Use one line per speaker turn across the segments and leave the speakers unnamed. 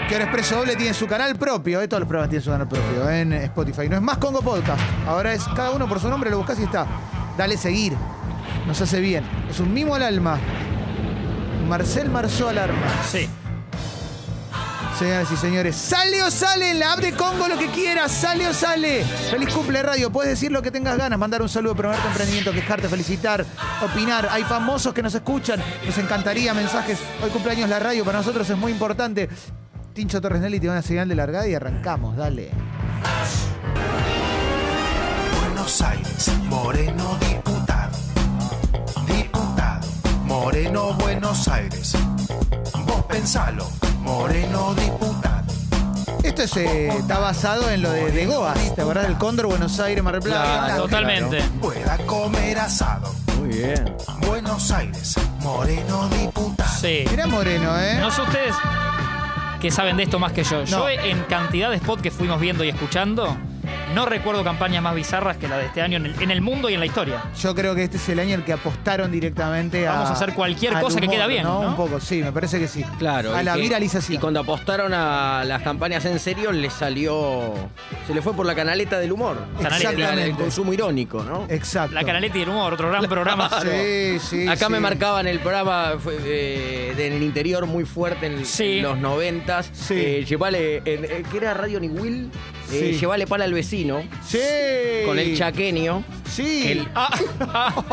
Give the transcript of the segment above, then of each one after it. que ahora Expreso Doble tiene su canal propio, eh, todos los programas tienen su canal propio en Spotify. No es más Congo Podcast, ahora es cada uno por su nombre, lo buscas y está. Dale seguir, nos hace bien. Es un mimo al alma. Marcel Marceau al arma.
Sí.
Señoras y señores, sale o sale en la app de Congo lo que quieras, sale o sale. Feliz cumple radio, puedes decir lo que tengas ganas, mandar un saludo, promover tu emprendimiento, quejarte, felicitar, opinar. Hay famosos que nos escuchan, nos encantaría mensajes. Hoy cumpleaños la radio, para nosotros es muy importante. Tincho Torres Nelly te da una señal de largada y arrancamos, dale.
Buenos Aires, Moreno diputado, diputado, Moreno Buenos Aires, vos pensalo, Moreno diputado,
Esto es, eh, está basado en lo de, de Goas, ¿te acordás del Cóndor, Buenos Aires, Mar del Plata?
Claro, totalmente.
pueda comer asado,
Muy bien.
Buenos Aires, Moreno diputado,
Sí.
Mirá Moreno, ¿eh?
No sé ustedes que saben de esto más que yo.
No.
Yo en cantidad de spots que fuimos viendo y escuchando, no recuerdo campañas más bizarras que la de este año en el, en el mundo y en la historia.
Yo creo que este es el año en el que apostaron directamente a.
Vamos a hacer cualquier
al
cosa que
humor,
queda bien, ¿no?
Un poco, sí, me parece que sí.
Claro.
A
y
la
que-
viralización.
Y cuando apostaron a las campañas en serio, le salió. Se le fue por la canaleta del humor.
Canaleta.
El
Exactamente.
consumo irónico, ¿no?
Exacto.
La canaleta y el humor, otro gran programa.
Sí, sí.
Acá
sí.
me marcaban el programa fue, eh, de en el interior muy fuerte en,
Sí.
en los noventas.
Sí.
Eh, llevale, en- eh, que era Radio Ni Will, eh,
Sí.
llevale pala al vecino
Sí.
con el chaqueño.
Sí.
que el-
Ah, ah.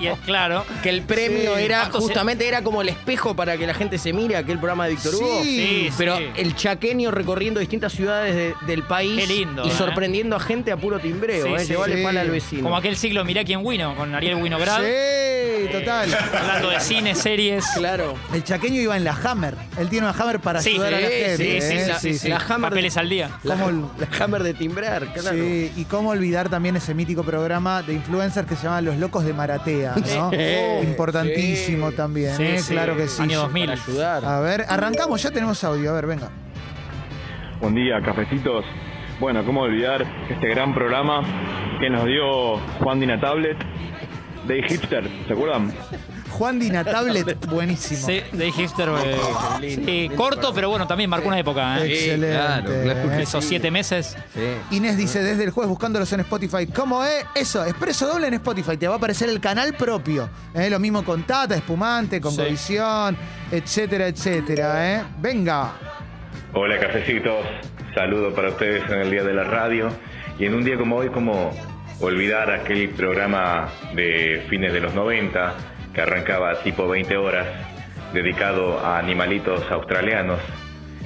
Y es claro.
Que el premio
Sí.
era,
Tanto se-
justamente era como el espejo para que la gente se mire, aquel programa de Víctor Hugo.
Sí.
Sí,
Pero
sí.
el chaqueño recorriendo distintas ciudades de- del país
Qué lindo,
y
¿eh?
sorprendiendo a gente a puro timbreo,
Sí,
¿eh?
sí,
Llevarle
sí.
pala al vecino.
Como aquel siglo Mirá quién vino, con Ariel Winograd.
Sí, total.
Hablando de cine, series.
Claro.
El chaqueño iba en la Hammer. Él tiene una Hammer para
Sí,
ayudar a la
sí,
gente.
sí,
¿eh?
sí, la- sí. La Hammer-
Papeles al día.
La,
Como-
la hammer de timbrar, claro.
Sí, y cómo olvidar también ese mítico programa de influencers que se llama Los Locos de Maratea, ¿no? Oh,
Sí.
Importantísimo
Sí.
también,
Sí,
¿eh?
sí.
claro que sí.
Año 2000.
Para ayudar.
A ver, arrancamos, ya tenemos audio, a ver, venga.
Buen día, cafecitos. Bueno, cómo olvidar este gran programa que nos dio Juan Dina Tablet de Hipster, ¿se acuerdan?
Juan Dina Tablet, buenísimo.
Sí, de hipster. eh,
lindo,
sí,
lindo
corto,
programa.
pero bueno, también marcó una época. ¿eh?
Excelente.
claro, claro que
¿eh?
Esos siete meses.
Inés dice desde el jueves buscándolos en Spotify. ¿Cómo es? Eso, expreso doble en Spotify. Te va a aparecer el canal propio. ¿eh? Lo mismo con Tata, Espumante, con
Sí.
Covisión, etcétera, etcétera. ¿eh? Venga.
Hola cafecitos, saludo para ustedes en el Día de la Radio y en un día como hoy como olvidar aquel programa de fines de los 90 que arrancaba tipo 20 horas dedicado a animalitos australianos,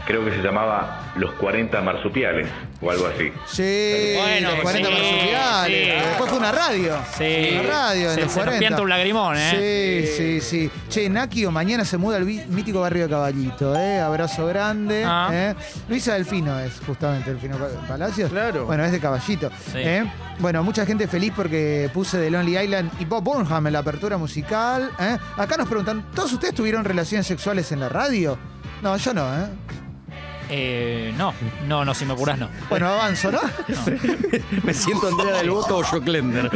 creo que se llamaba Los 40 marsupiales o algo así.
Sí,
Bueno,
los 40
sí,
marsupiales.
sí.
Después fue una radio.
Sí.
Una radio en los
Se- se nos
40.
pianta un lagrimón, ¿eh?
Sí, sí, sí. Che, Nakio, mañana se muda al vi- mítico barrio de Caballito, ¿eh? Abrazo grande.
Ah.
¿eh? Luisa Delfino es justamente Delfino Pa- Palacios.
Claro.
Bueno, es de Caballito.
Sí.
¿eh? Bueno, mucha gente feliz porque puse The Lonely Island y Bob Burnham en la apertura musical. ¿eh? Acá nos preguntan, ¿todos ustedes tuvieron relaciones sexuales en la radio? No, yo no, ¿eh?
Eh, no, no, no, si me apurás, no.
Bueno, avanzo, ¿no?
Me siento Andrea del Voto o yo Klender.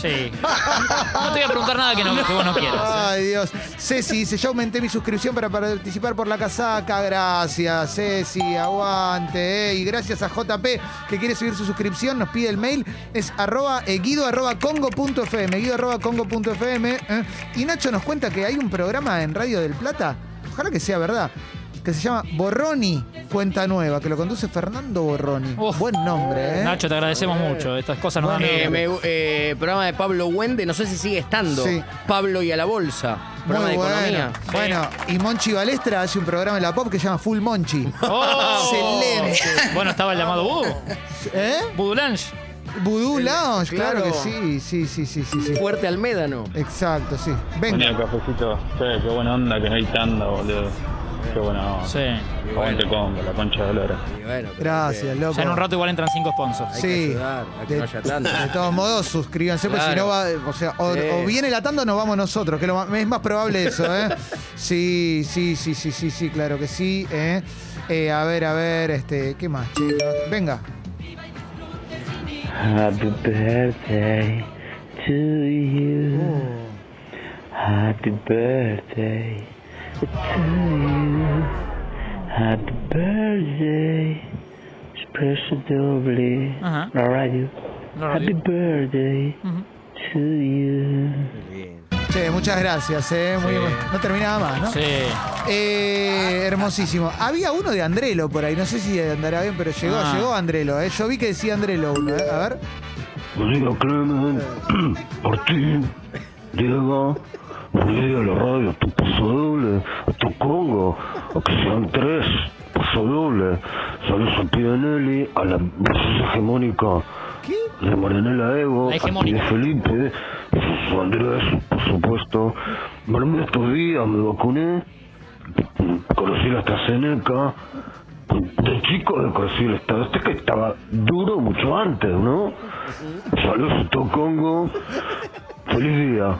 Sí. No te voy a preguntar nada que, no, que vos no quieras.
Ah,
Ay, Dios. Ceci dice, yo aumenté mi suscripción para participar por la casaca. Gracias, Ceci, aguante. eh. Y gracias a JP que quiere subir su suscripción, nos pide el mail. Es arroba, eh, guido arroba congo punto fm, guido arroba congo punto fm, eh. Y Nacho nos cuenta que hay un programa en Radio del Plata, ojalá que sea verdad, que se llama Borroni Cuenta Nueva, que lo conduce Fernando Borroni.
Uf.
Buen nombre, ¿eh?
Nacho, te agradecemos mucho. Estas cosas nos dan.
Eh,
miedo.
me- eh, programa de Pablo Wende, no sé si sigue estando.
Sí.
Pablo y a la bolsa. Programa
Muy
de
bueno.
economía.
Bueno, y Monchi Balestra hace un programa en la pop que se llama Full Monchi.
¡Oh!
Excelente.
Bueno, estaba el llamado uh, Voodoo.
¿Eh?
Voodoo Lunch.
Voodoo Lounge, claro.
claro.
que sí, sí, sí, sí, sí, sí.
Fuerte al médano.
Eh, Exacto, sí. Venga.
Ponía cafecito. Che, qué buena onda que no hay tanda, boludo. Qué buena onda.
Sí.
Y
Aguante
bueno,
Congo, la concha de Lora.
y bueno, pero
Gracias,
que-
loco.
Ya en un rato igual entran cinco sponsors.
Hay que ayudar, a que no haya tanto.
de todos modos, suscríbanse, porque si
Claro.
no va, o sea, o,
Sí.
o viene la tanda o nos vamos nosotros, que lo ma- es más probable eso, ¿eh? Sí, sí, sí, sí, sí, sí, claro que sí, ¿eh? Eh, a ver, a ver, este, ¿qué más, chicos? Venga.
Happy birthday to you. Happy birthday to you. Happy birthday. Expreso doble.
Ajá.
La radio.
La radio.
Happy birthday
Ujú.
to you.
Bien.
Che, muchas gracias, ¿eh? Muy,
Sí.
No terminaba más, ¿no?
Sí.
Eh, hermosísimo. Había uno de Andrelo por ahí, no sé si andará bien, pero llegó,
Ah.
llegó Andrelo, ¿eh? Yo vi que decía Andrelo uno, ¿eh? A ver.
Diego Clemen, por ti, Diego, Diego, la radio, tu paso doble, tu Congo, a que sean tres, paso doble. Saludos a Pianelli, a la voz hegemónica
¿Qué?
de Marianela Evo,
La
a ti de
hegemónica.
Felipe, a su Andrés, por supuesto. Me armé estos días, me vacuné, conocí la AstraZeneca. De chico conocí el Estado este que estaba duro mucho antes, ¿no? Saludos a todo Congo. Feliz día.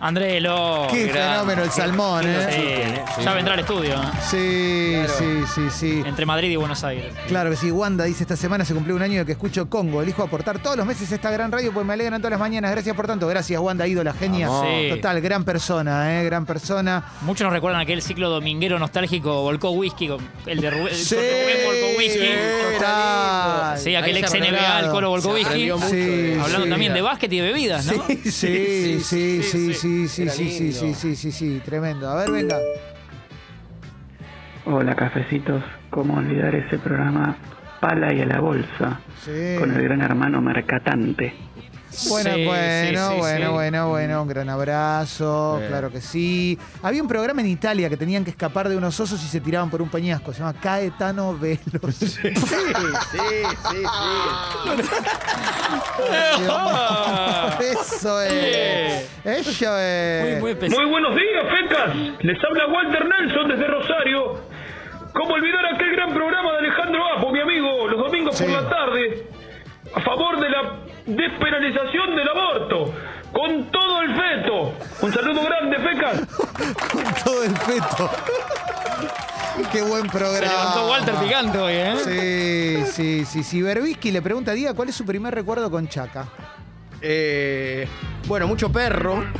Andrelo.
Qué fenómeno el salmón,
Sí.
¿eh?
Ya vendrá al estudio. ¿eh?
Sí, sí, sí, sí.
Entre Madrid y Buenos Aires.
Claro que sí, Wanda dice, esta semana se cumplió un año de que escucho Congo. Elijo aportar todos los meses a esta gran radio porque me alegran todas las mañanas. Gracias por tanto. Gracias, Wanda, ídola, genia.
Vamos. Sí.
Total, gran persona, ¿eh? Gran persona.
Muchos nos recuerdan aquel ciclo dominguero nostálgico Volcó Whisky, con- el de Rubén, el de Rubén Volcó Whisky.
total.
Sí, aquel
Ahí
ex
se
NBA, el Colo Volcó
Se
Whisky.
aprendió mucho
Sí,
de-
Hablando
sí.
también de básquet y de bebidas, ¿no?
Sí, sí, sí, sí, sí, sí,
Era
sí, sí,
lindo.
sí, sí, sí, sí, tremendo. A ver, venga.
Hola cafecitos, ¿cómo olvidar ese programa Pala y a la Bolsa?
Sí.
Con el gran hermano mercatante.
Bueno,
Sí,
bueno,
sí, sí,
bueno,
sí.
bueno, bueno, un gran abrazo, claro que sí. Había un programa en Italia que tenían que escapar de unos osos y se tiraban por un pañasco, se llama Caetano Velos.
Sí, sí, sí.
Eso es. Eso
Muy,
es.
muy especial.
buenos días, fecas. Les habla Walter Nelson desde Rosario. ¿Cómo olvidar aquel gran programa de Alejandro Apo, mi amigo, los domingos
Sí.
por la tarde, a favor de la despenalización del aborto, con todo el feto? Un saludo grande, fecas.
Con todo el feto. Qué buen
Se
programa.
levantó Walter picante hoy,
Sí,
¿eh?
sí, sí. Si Berbisky le pregunta a Diego cuál es su primer recuerdo con Chaca.
Eh, bueno, mucho perro.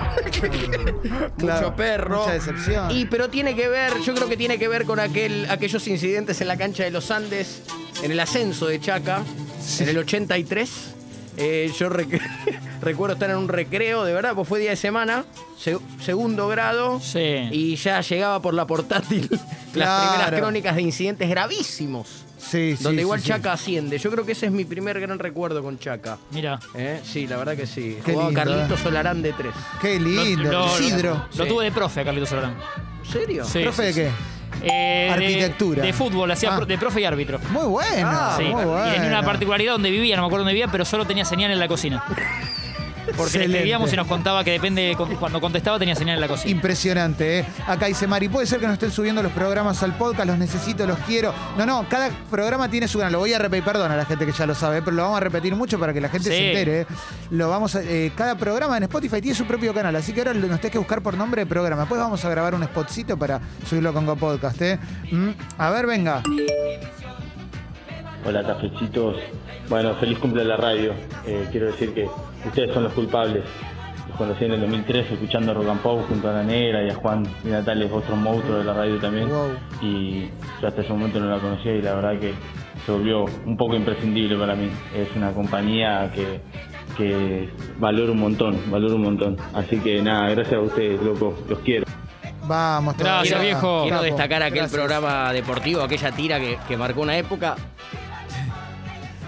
Claro,
mucho perro.
mucha decepción.
Y pero tiene que ver, yo creo que tiene que ver con aquel, aquellos incidentes en la cancha de los Andes, en el ascenso de Chaca, en el 83. Eh, yo rec- recuerdo estar en un recreo, de verdad, pues fue día de semana, se- segundo grado,
Sí.
y ya llegaba por la portátil las
Claro.
primeras crónicas de incidentes gravísimos.
Sí, sí,
donde
sí,
igual
sí.
Chaca asciende. Yo creo que ese es mi primer gran recuerdo con Chaca.
Mira.
¿Eh? Sí, la verdad que sí.
Qué
Jugaba
lindo, eh.
Carlito Solarán de 3.
Qué lindo. Isidro.
Lo
Sí.
tuve de profe a Carlitos Solarán.
¿En serio?
Sí,
¿Profe
sí,
de
sí.
qué?
Eh, de-
Arquitectura.
De, fútbol, hacía
Ah.
pro- de profe y árbitro.
Muy bueno.
Ah,
Sí.
muy bueno.
Y tenía una particularidad donde vivía, no me acuerdo dónde vivía, pero solo tenía señal en la cocina. porque le
Excelente.
escribíamos y nos contaba que depende de con- cuando contestaba tenía señal en la cocina.
Impresionante, ¿eh? Acá dice Mari, puede ser que no estén subiendo los programas al podcast, los necesito, los quiero. No, no, cada programa tiene su gran. Lo voy a repetir, perdón a la gente que ya lo sabe, pero lo vamos a repetir mucho para que la gente
Sí.
se entere. ¿eh? Lo vamos a- eh, cada programa en Spotify tiene su propio canal, así que ahora lo- nos tenés que buscar por nombre de programa. Después vamos a grabar un spotcito para subirlo con GoPodcast, ¿eh? Mm, a ver, venga.
Hola cafecitos. Bueno, feliz cumple a la radio. Eh, quiero decir que ustedes son los culpables. Los conocí en el 2013 escuchando Rock and Pop junto a la negra y a Juan y Natales, otros monstruos de la radio también.
Wow.
Y yo hasta ese momento no la conocía y la verdad que se volvió un poco imprescindible para mí. Es una compañía que, que valoro un montón, valoro un montón. Así que nada, gracias a ustedes, loco. Los quiero.
Vamos,
Gracias,
todavía.
viejo.
Quiero
Capo,
destacar aquel
gracias.
programa deportivo, aquella tira que, que marcó una época.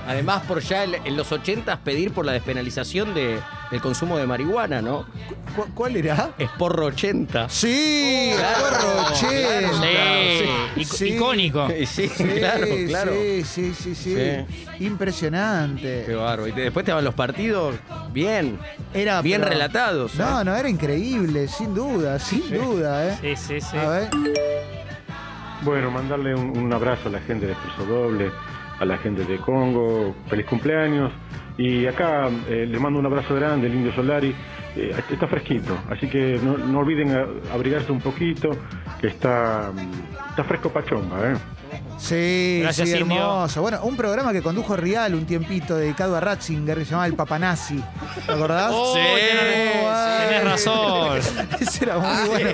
Además, por ya el- en los 80 pedir por la despenalización de- del consumo de marihuana, ¿no?
¿Cu- ¿Cuál era?
Es porro 80.
Sí,
Claro,
Gorro, che.
claro,
Sí,
Sí,
ic-
sí.
icónico.
Sí,
Sí, claro, claro.
Sí, sí, sí, sí.
Sí.
Impresionante.
Qué bárbaro. Y te- después te van los partidos bien,
Era,
bien
pero-
relatados. ¿eh?
No, no, era increíble, sin duda, sin duda, ¿eh?
Sí, sí, sí.
A ver,
Bueno, mandarle un, un abrazo a la gente de Expreso Doble, a la gente de Congo, feliz cumpleaños. Y acá eh, les mando un abrazo grande, el Indio Solari. Eh, está fresquito, así que no, no olviden a- abrigarse un poquito, que está, mm, está fresco pachomba, ¿eh?
sí,
Gracias,
sí,
Indio.
hermoso. Bueno, un programa que condujo Rial un tiempito dedicado a Ratzinger, que se llamaba El Papanazi. ¿Te acordás?
Oh,
Sí,
tenés-
sí.
tenés razón.
Ese era muy bueno.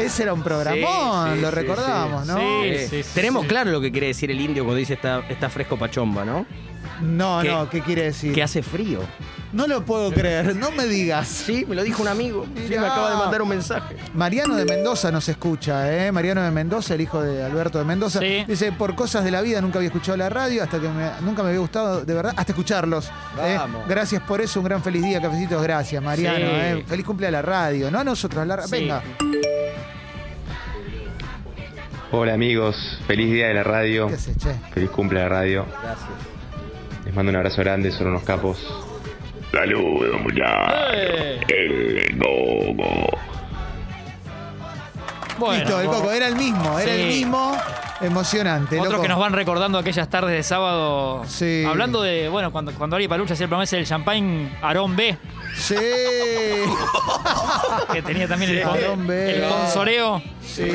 Ese era un programón,
Sí, sí,
lo
sí,
recordábamos,
sí.
¿no?
Sí.
Eh, Tenemos
sí.
claro lo que quiere decir el indio cuando dice está, está fresco pachomba, ¿no?
No,
Que-
no, ¿qué quiere decir?
Que hace frío.
No lo puedo creer, no me digas.
Sí, me lo dijo un amigo. Sí,
Mirá.
me acaba de mandar un mensaje.
Mariano de Mendoza nos escucha, ¿eh? Mariano de Mendoza, el hijo de Alberto de Mendoza.
Sí.
Dice, por cosas de la vida nunca había escuchado la radio, hasta que me- nunca me había gustado, de verdad, hasta escucharlos. ¿eh?
Vamos.
Gracias por eso, un gran feliz día, cafecitos, gracias, Mariano.
Sí.
¿eh? Feliz cumple a la radio, no a nosotros, a la ra-
Sí.
Venga.
Hola amigos, feliz día de la radio.
¿Qué haces, che?
Feliz cumple a la radio.
Gracias.
Les mando un abrazo grande, son unos capos.
Saludos,
Eh.
El gogo.
Bueno,
Listo, el
eh,
coco, era el mismo, era
Sí.
el mismo. Emocionante.
Otros
loco.
que nos van recordando aquellas tardes de sábado.
Sí.
Hablando de, bueno, cuando, cuando Ari Palucha hacía el promesa del champagne, Aarón B,
Sí.
que tenía también el,
Sí,
con-
Aarón B.
el consoreo.
Sí, sí,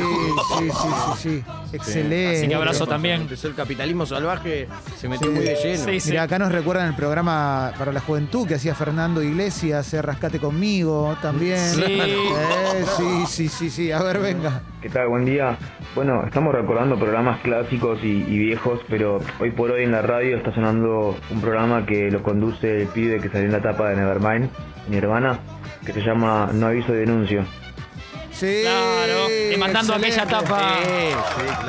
sí, sí, sí. Excelente.
Así que abrazo
Cuando
también.
Empezó el capitalismo salvaje, se metió
Sí.
muy de lleno.
Sí, sí.
Mira, acá nos recuerdan el programa para la juventud que hacía Fernando Iglesias, eh, Rascate conmigo también.
Sí.
Eh, sí, sí, sí, sí. A ver, venga.
¿Qué tal? Buen día. Bueno, estamos recordando programas clásicos y, y viejos, pero hoy por hoy en la radio está sonando un programa que lo conduce el pibe que salió en la tapa de Nevermind, Nirvana, que se llama No aviso y denuncio.
Sí.
Claro, demandando aquella
excelente.
tapa.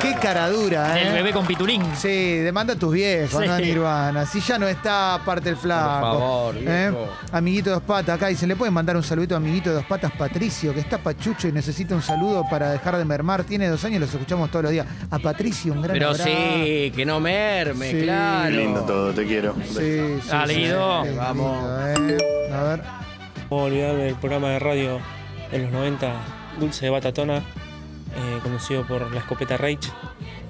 Qué cara dura, ¿eh?
El bebé con piturín.
Sí, demanda a tus viejos,
Sí.
no a Nirvana. Si ya no está, aparte el flaco.
favor,
¿eh?
viejo.
Amiguito de Dos Patas, acá dice, ¿le pueden mandar un saludito a Amiguito de Dos Patas Patricio, que está pachucho y necesita un saludo para dejar de mermar? Tiene dos años, los escuchamos todos los días. A Patricio, un gran
Pero
abrazo.
sí, que no merme,
Sí.
claro.
Lindo
todo, te quiero.
Sí, sí,
Dale,
sí,
Guido.
sí,
Vamos.
lindo, eh. A ver.
puedo olvidarme del programa de radio de los 90, Dulce de Batatona, eh, conducido por la escopeta Rage.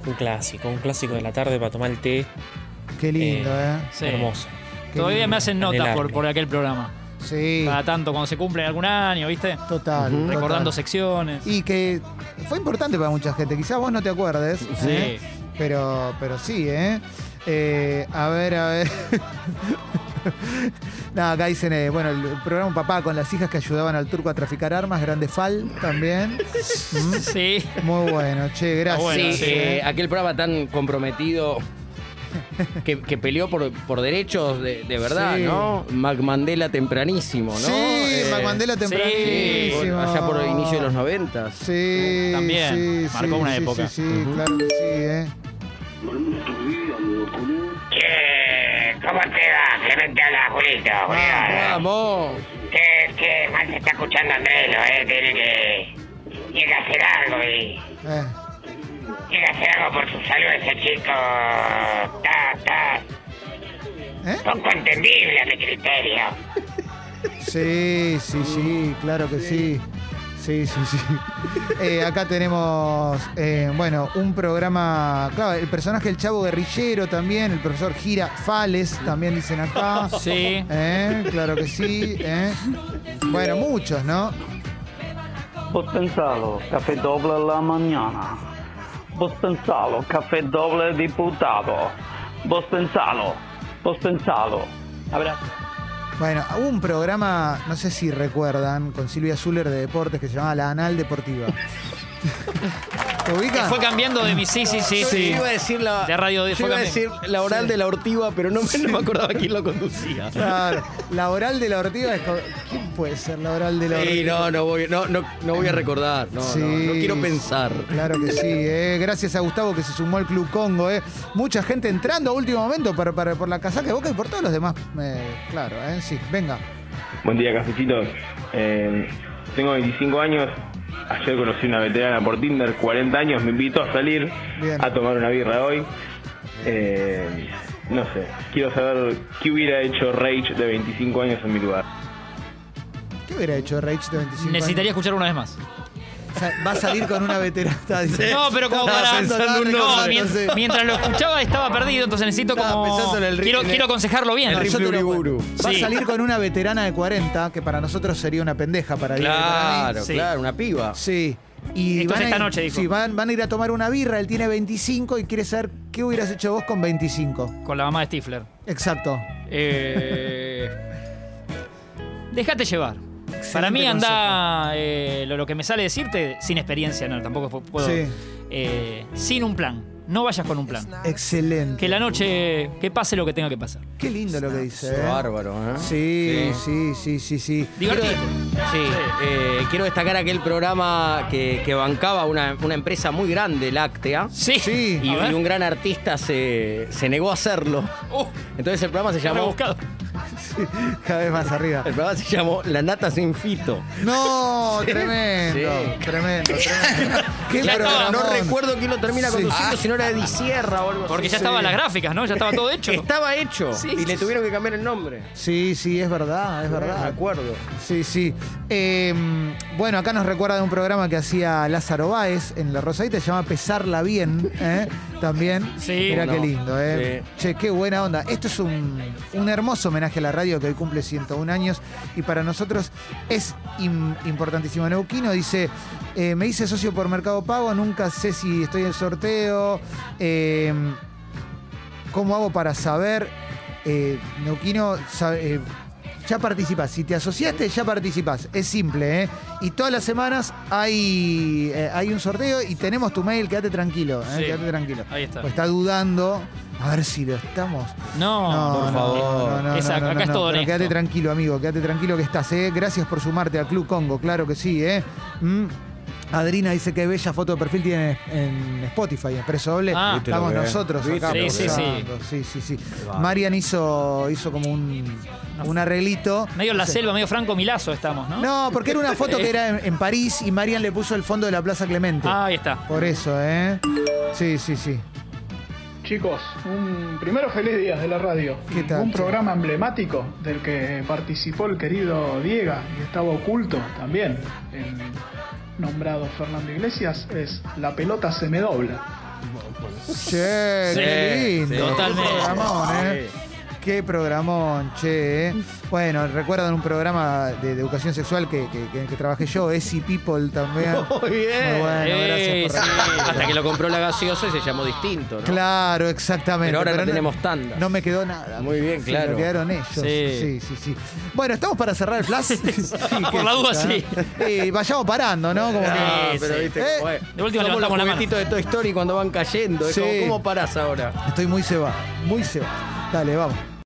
Un clásico, un clásico de la tarde para tomar el té.
Qué lindo,
Eh,
¿eh?
Sí.
Hermoso.
Qué
Todavía
lindo.
me hacen notas por,
Anhelable.
por aquel programa.
Sí,
Cada tanto, cuando se cumple algún año, ¿viste?
total. total.
Recordando secciones.
Y que fue importante para mucha gente. Quizás vos no te acuerdes. ¿eh? Pero, pero sí, ¿eh? Eh, A ver, a ver. No, acá dicen, eh, bueno, el programa Papá con las hijas que ayudaban al turco a traficar armas, Grande Fal también. Mm,
Sí.
Muy bueno, che, gracias.
bueno,
sí,
sí.
eh, aquel programa tan comprometido que, que peleó por, por derechos de, de verdad,
Sí.
¿no? Mac Mandela tempranísimo, ¿no?
Sí,
Eh,
Mac Mandela
sí,
tempranísimo.
allá por el inicio de los noventas.
Sí,
También,
sí,
marcó
sí,
una
sí,
época.
Sí, sí, claro que sí, ¿eh?
¿Qué? ¿Cómo te va? Clemente habla Julito, boludo.
Vamos.
¿Qué, qué mal se está escuchando Andrés, eh? Tiene que, tiene que hacer algo y...
Eh,
Tiene que hacer algo por su salud ese chico. Está, está
¿Eh?
poco entendible a mi criterio.
Sí, sí, sí, claro que sí. Sí, sí, sí. Eh, acá tenemos, eh, bueno, un programa. Claro, el personaje del Chavo Guerrillero también, el profesor Gira Fales también dicen acá.
Sí.
Eh, Claro que sí. eh. Bueno, muchos, ¿no?
Vos pensalo, café doble la mañana. Vos pensalo, café doble diputado. Vos pensalo, vos pensalo. Abrazo.
Bueno, hubo un programa, no sé si recuerdan, con Silvia Zuller de deportes que se llamaba La Anal Deportiva. ¿Te ubican?
Fue cambiando de mi sí, sí, sí.
Yo
sí.
iba a decir la,
De radio
yo
fue
iba a
cambiando.
decir la oral de la ortiva, pero no me, no me acordaba quién lo conducía.
Claro, la oral de la ortiva es. co- ¿Quién puede ser la oral de la ortiva?
Sí, no, no voy, no, no, no voy a recordar. No,
Sí.
no, no quiero pensar.
Claro que sí, eh. gracias a Gustavo que se sumó al Club Congo. Eh. Mucha gente entrando a último momento para- para- por la casaca de Boca y por todos los demás. eh, claro, eh. sí, venga.
Buen día, cafecitos. Eh, tengo 25 años. Ayer conocí una veterana por Tinder, 40 años, me invitó a salir
Bien.
a tomar una birra hoy. Eh, no sé, quiero saber qué hubiera hecho Rage de 25 años en mi lugar.
¿Qué hubiera hecho Rage de 25 años?
Necesitaría escuchar una vez más.
O sea, va a salir con una veterana. dice.
No, pero como
Estaba
para.
pensando en un
No,
nombre,
mien-
no sé.
mientras, lo escuchaba estaba perdido, entonces necesito como.
pensando en el ri-
quiero,
en el-
quiero aconsejarlo bien.
el
No,
rifle
yo te lo-
Uriburu.
Va a
Sí.
salir con una veterana de 40, que para nosotros sería una pendeja para Diego y para mí.
Claro, claro, una piba.
Sí. Y
Esto es
van a
esta
ir-
noche, dijo.
Sí, van, van a ir a tomar una birra, él tiene 25 y quiere saber qué hubieras hecho vos con 25.
Con la mamá de Stifler.
Exacto.
Eh, Déjate llevar. Para mí anda eh, lo, lo que me sale decirte sin experiencia, no, tampoco puedo.
Sí.
eh, sin un plan. No vayas con un plan.
Excelente.
Que la noche, que pase lo que tenga que pasar.
Qué lindo lo que dice. ¿eh?
Bárbaro, ¿eh?
Sí, sí, sí, sí, sí.
Divertido.
Sí, eh, quiero destacar aquel programa que, que bancaba una, una empresa muy grande, Láctea.
Sí.
Sí.
Y,
A ver.
y un gran artista se, se negó a hacerlo.
Uh,
Entonces el programa se llamó.
rebuscado.
Cada vez más arriba.
El programa se llamó La Nata sin Fito.
No, tremendo,
sí.
tremendo, tremendo. Qué
Ya estaba,
No
programón.
recuerdo quién lo termina
Sí.
conduciendo, si no era Eddie Sierra o algo así.
Porque ya estaban las gráficas, ¿no? Ya estaba todo hecho.
Estaba hecho.
Sí,
y
sí,
le tuvieron que cambiar el nombre.
Sí, sí, es verdad, es
Me
verdad.
acuerdo.
Sí, sí. Eh, bueno, acá nos recuerda de un programa que hacía Lázaro Báez en La Rosadita, se llama Pesarla Bien, ¿eh? También.
Sí.
Mirá
No.
qué lindo, ¿eh? Che, qué buena onda. Esto es un, un hermoso homenaje a la radio que hoy cumple 101 años y para nosotros es im- importantísimo. Neuquino dice, eh, me hice socio por Mercado Pago, nunca sé si estoy en el sorteo. eh, ¿Cómo hago para saber? Eh, Neuquino, sa- eh, ya participás. Si te asociaste, ya participás. Es simple, ¿eh? Y todas las semanas hay, eh, hay un sorteo y tenemos tu mail. Quédate tranquilo, ¿eh?
Sí.
Quédate tranquilo.
Ahí está.
O está dudando. A ver si lo estamos.
No,
por favor.
no, no,
Es- acá es todo
pero
honesto.
Quédate tranquilo, amigo. Quédate tranquilo que estás, ¿eh? Gracias por sumarte al Club Congo. Claro que sí, ¿eh? Mm. Adrina dice que bella foto de perfil tiene en Spotify, en Preso Doble.
Ah. Viste lo
Estamos
que es.
nosotros
Viste
acá.
lo que es. Sí, sí, sí.
sí, sí, sí. Marian hizo, hizo como un, un arreglito.
Medio en la
No sé.
selva, medio Franco Milazo estamos, ¿no?
No, porque era una foto que era en, en París y Marian le puso el fondo de la Plaza Clemente.
Ah, ahí está.
Por eso, ¿eh? Sí, sí, sí.
Chicos, un primero feliz día de la radio.
¿Qué tal,
un
che?
programa emblemático del que participó el querido Diego y estaba oculto también, el nombrado Fernando Iglesias, es La pelota se me dobla.
Che, qué
Sí,
lindo.
sí.
Totalmente.
Qué programón, ¿eh? Qué programón, che. ¿eh? Bueno, recuerdan un programa de, de educación sexual que, que, que- que trabajé yo, Esi People también.
Muy bien.
Muy bueno,
Eh,
gracias por
sí.
Hasta que lo compró la gaseosa y se llamó distinto, ¿no?
Claro, exactamente.
Pero ahora no tenemos tandas.
No me quedó nada.
Muy bien,
Se
claro.
lo quedaron ellos. sí,
Sí.
sí, sí. Bueno, estamos para cerrar el flash.
Por la duda, sí.
Y vayamos parando, ¿no? Como
Ah,
que-
pero
sí.
viste,
Eh,
como es.
de última
Somos los
levantamos la mano.
juguetitos de Toy Story cuando van cayendo. Es
Sí.
como, ¿cómo parás ahora?
Estoy muy cebado, muy cebado. Dale, vamos.